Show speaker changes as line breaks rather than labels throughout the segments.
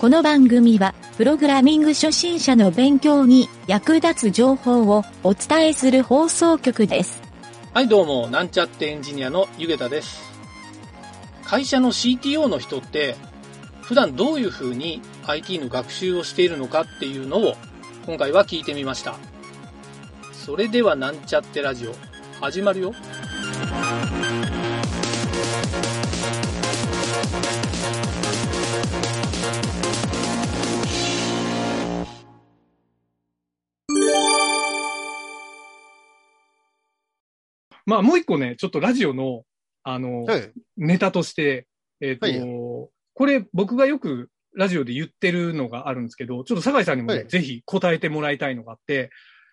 この番組は、プログラミング初心者の勉強に役立つ情報をお伝えする放送局です。
はい、どうも、なんちゃってエンジニアのゆげたです。会社の CTO の人って、普段どういう風に IT の学習をしているのかっていうのを、今回は聞いてみました。それでは、なんちゃってラジオ、始まるよ。
まあ、もう一個ね、ちょっとラジオの、あの、
はい。
ネタとして、えっ、と、
はい
これ僕がよくラジオで言ってるのがあるんですけど、ちょっと酒井さんにもね、
はい
ぜひ答えてもらいたいのがあって、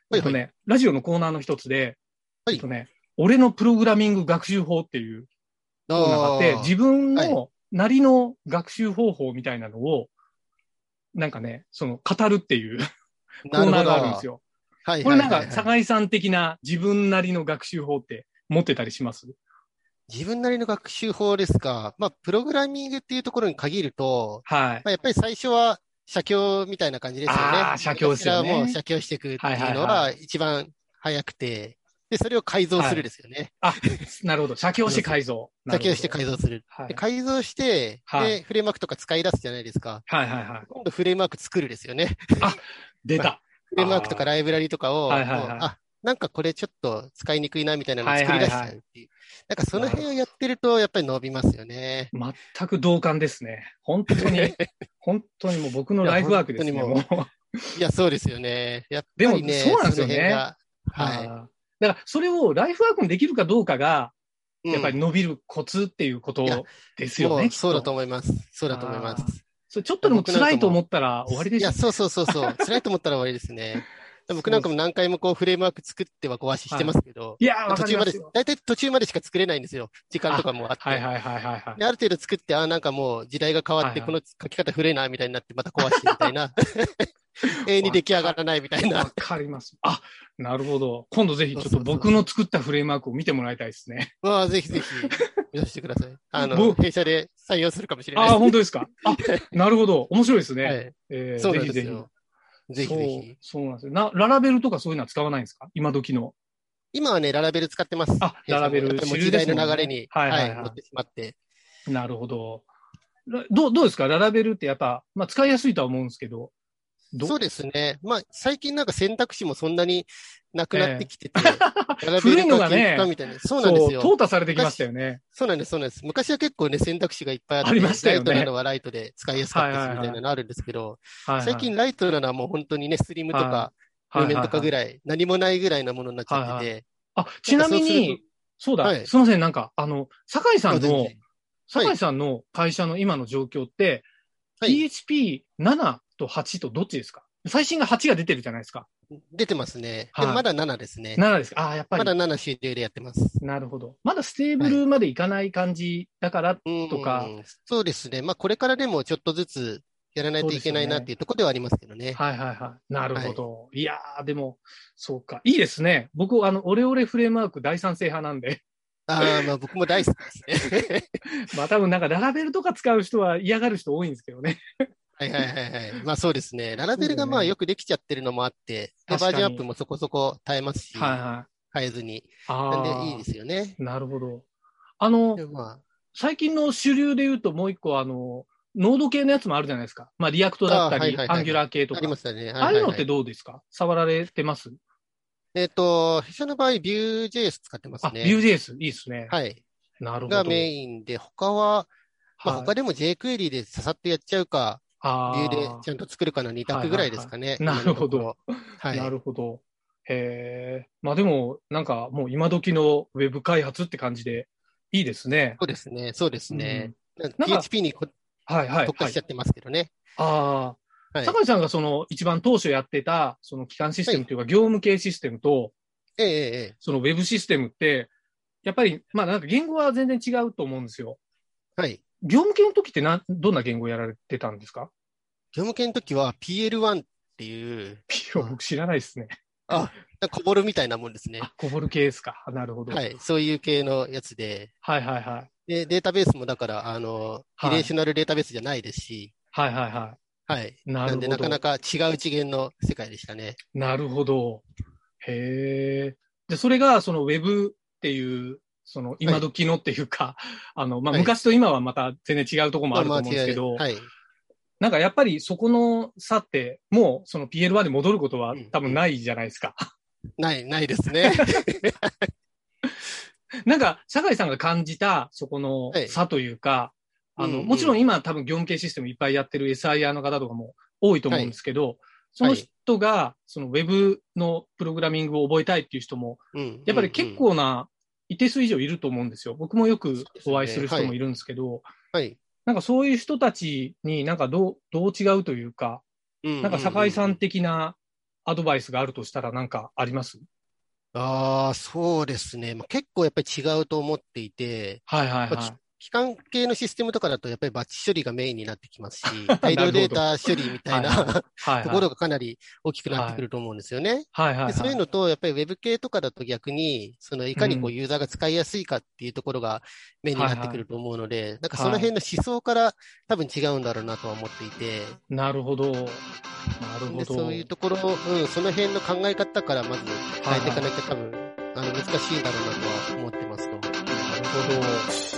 は
え
い
っと
はい。
ね、ラジオのコーナーの一つで、
はい
えっとね、俺のプログラミング学習法っていうコーナーがあって、
あー
自分
は
のなりの学習方法みたいなのを、なんかね、その語るっていうコ
な
ー
る
ナー
ほど
があるんですよ。
はい
これなん
はい
か、
はいはい
酒井さん的な自分なりの学習法って持ってたりします
自分なりの学習法ですか。まあ、プログラミングっていうところに限ると、
はい。
まあ、やっぱり最初は写経みたいな感じですよね。
あー写経ですよね
こちらはもう写経していくって
はい
いう
はい
の
は
は一番早くて、で、それを改造するですよね。
あ、なるほど。写経して改造。
写経して改
造。
造する。
はい
で、改造して、
はい
で、フレームワークとか使い出すじゃないですか。
はいはいはい。
今度フレームワーク作るですよね。
出た。
フレームワークとかライブラリとかを、
はいはいはい
もうあ、なんかこれちょっと使いにくいなみたいなのを作り出しちゃうっていう。なんかその辺をやってると、やっぱり伸びますよね。
全く同感ですね。本当 に、本当にもう僕のライフワークですね。
いや
も
本
う。
いや、そうですよね。やっぱりね、
でもそうなんですよね
その辺がは
はいい。だから、それをライフワークにできるかどうかが、やっぱり伸びるコツっていうことですよ
も
ね。
う
きっ
そうだと思います。そうだと思います
あ。それちょっとでも辛いと思ったら終わりで
い
しょ
や、。そうそうそうそう。 辛いと思ったら終わりですね。僕なんかも何回もこうフレームワーク作っては壊ししてますけど、
いやー、わ
途
かり
中
ま
ますで
よ。、
大体途中までしか作れないんですよ。時間とかもあって。
はいはいはいはいはい
で。ある程度作って、ああ、なんかもう時代が変わって、
はい
こ
は
の書き方古いな、みたいになって、また壊してみた いな。 永遠に出来上がらないみたいな
わ。かります。あ、なるほど。今度ぜひちょっと僕の作ったフレームワークを見てもらいたいですね。
まあ、ぜひぜひ、目指してください。あの、
僕
弊社で採用するかもしれない
ああ、本
当
当です か。あ、なるほど。面白いですね。
はい。
えー
そうなん
ぜひぜ
です
ひ。
よ。ぜひぜひ。
そう。そうなんですよ。な、ララベルとかそういうのは使わないんですか今時の。
今はね、ララベル使ってます。
あララベル
やっぱりもう
主流
時
ですも
代
んね
の流れに、
はいはいはい
乗ってしまって。
なるほど。らどう、どうですかララベルってやっぱ、まあ使いやすいとは思うんですけど。ど
そうですね。まあ、最近なんか選択肢もそんなになくなって きてて、ララ
古いのがね
と金融機関みたいな。そうなんですよ。
淘汰されてきましたよね。
そうなんです、そうなんです。昔は結構ね、選択肢がいっぱいあって、
ありましたよね
ライトなのはライトで使いやすかったし、みたいなのあるんですけど、
はいはい、
最近ライトなのはもう本当にね、スリムとか、
はい
路
はい
面
はい
とかぐらい、何もないぐらいなものになっちゃってて、
あ、ちなみ
なんかそうする
に
と、
そうだ、
はい
すいません。なんか、あの、酒井さ
あ
ん
全
の、
然
酒井さんの会社の今の状況って、
はい
PHP7 と8とどっちですか最新が8が出てるじゃないですか。
出てますね。
はい
でまだ7ですね。
7ですかああ、やっぱ
ま
り
だ。7終了でやってます。
なるほど。まだステーブルまでいかない感じだから、
うん
とか。
そうですね。まあ、これからでもちょっとずつやらないといけないなっていうところではありますけどね。
はいはいはい。なるほど。い、やー、でも、そうか。いいですね。僕、あの、オレオレフレームワーク大賛成派なんで、
ああ、まあ僕も大好きですね。
まあ多分なんかララベルとか使う人は嫌がる人多いんですけどね。
はいはいはいはい。まあそうですね。ララベルが
そ
ま
うだ
あ
ね
よくできちゃってるのもあって、で
確か
バ
に
ージョンアップもそこそこ耐えますし、
はい
変
はい。
えずに。なん
ああ、
でいいですよね。
なるほど。あの
で、ま
最近の主流で言うともう一個、あの、ノード系のやつもあるじゃないですか。まあ、リアクトだった
あーはい
り、
はいはい
アンギュラー系と
あ、
か。
ありましたね。
ああいうのって
はいはいはい
どうですか触られてます
えっと、弊社の場合、Vue.js 使ってます
あ、
ね。
Vue.js、いいですね。
はい。
なるほど。
がメインで、他は、まあ
はい
他でも jQuery でささっとやっちゃうか、
あー
Vue でちゃんと作るかの2択ぐらいですか
は
ね。
いはいはいなるほど
今のところ。はい。
なるほど。へえ。まあでも、なんかもう今時のウェブ開発って感じで、いいですね。
そうですね、そうですね。なんか
なんか
PHP にこ
はいはい、
特化
は
しちゃ
い。
ってますけどね。
ああ、
はい。
坂井さんがその一番当初やってた、その機関システムというか、業務系システムと、
えええええ
そのウェブシステムって、やっぱり、まあなんか言語は全然違うと思うんですよ。
え。はい。
業務系の時ってな、どんな言語やられてたんです か
業務系の時は PL1 っていう、
ピオ、僕知らないですね。
なんかこぼるみたいなもんですね。
あ、こぼる系ですか。なるほど。
はい。そういう系のやつで。
はいはいはい。
で、データベースもだから、あの、
はい
リレーショナルデータベースじゃないですし、
はいはいは
はい。
な
な
る
ん
ほ
で、
ど。
なかなか違う次元の世界でしたね。
なるほど。へえ。じゃあそれが、そのウェブっていう、その今時のっていうか、あの、まあ、
はい
昔と今はまた全然違うところもあると思うんですけど、
はい。
なんかやっぱりそこの差って、もうその PL1 で戻ることは多分ないじゃないですか。
ない、ないですね。
なんか、酒井さんが感じた、そこの
はい
差というか、あ
うん
の、
うん
もちろん今多分業務系システムいっぱいやってる SIR の方とかも多いと思うんですけど、その人が、そのウェブのプログラミングを覚えたいっていう人も、
うん
やっぱり結、構な一定数以上いると思うんですよ。僕もよくお会いする人もいるんですけど、
うんうんはい。
なんかそういう人たちになんかどう、どう違うというか、
な
なんか酒井さん的なアドバイスがあるとしたらなんかあります
ああ、そうですね。まあ、結構やっぱり違うと思っていて、
はいはい
まあ
は
機関系のシステムとかだとやっぱりバッチ処理がメインになって きますし、大量データ処理みたい
なるほど
な
い。
と
はい
こ
はい
ろがかなり大きくなってくると思うんですよね。
はいはいは
で
い。
そういうのと、やっぱりウェブ系とかだと逆に、そのいかにこう
うん
ユーザーが使いやすいかっていうところがメインになってくると思うので、なんかその辺の思想から多分違うんだろうなとは思っていて、
なるほど。なるほ
で、
ど。
そういうところを、うん、その辺の考え方からまず変えていかなきゃ多分、あの、難しいんだろうなとは思ってますと。
なるほど。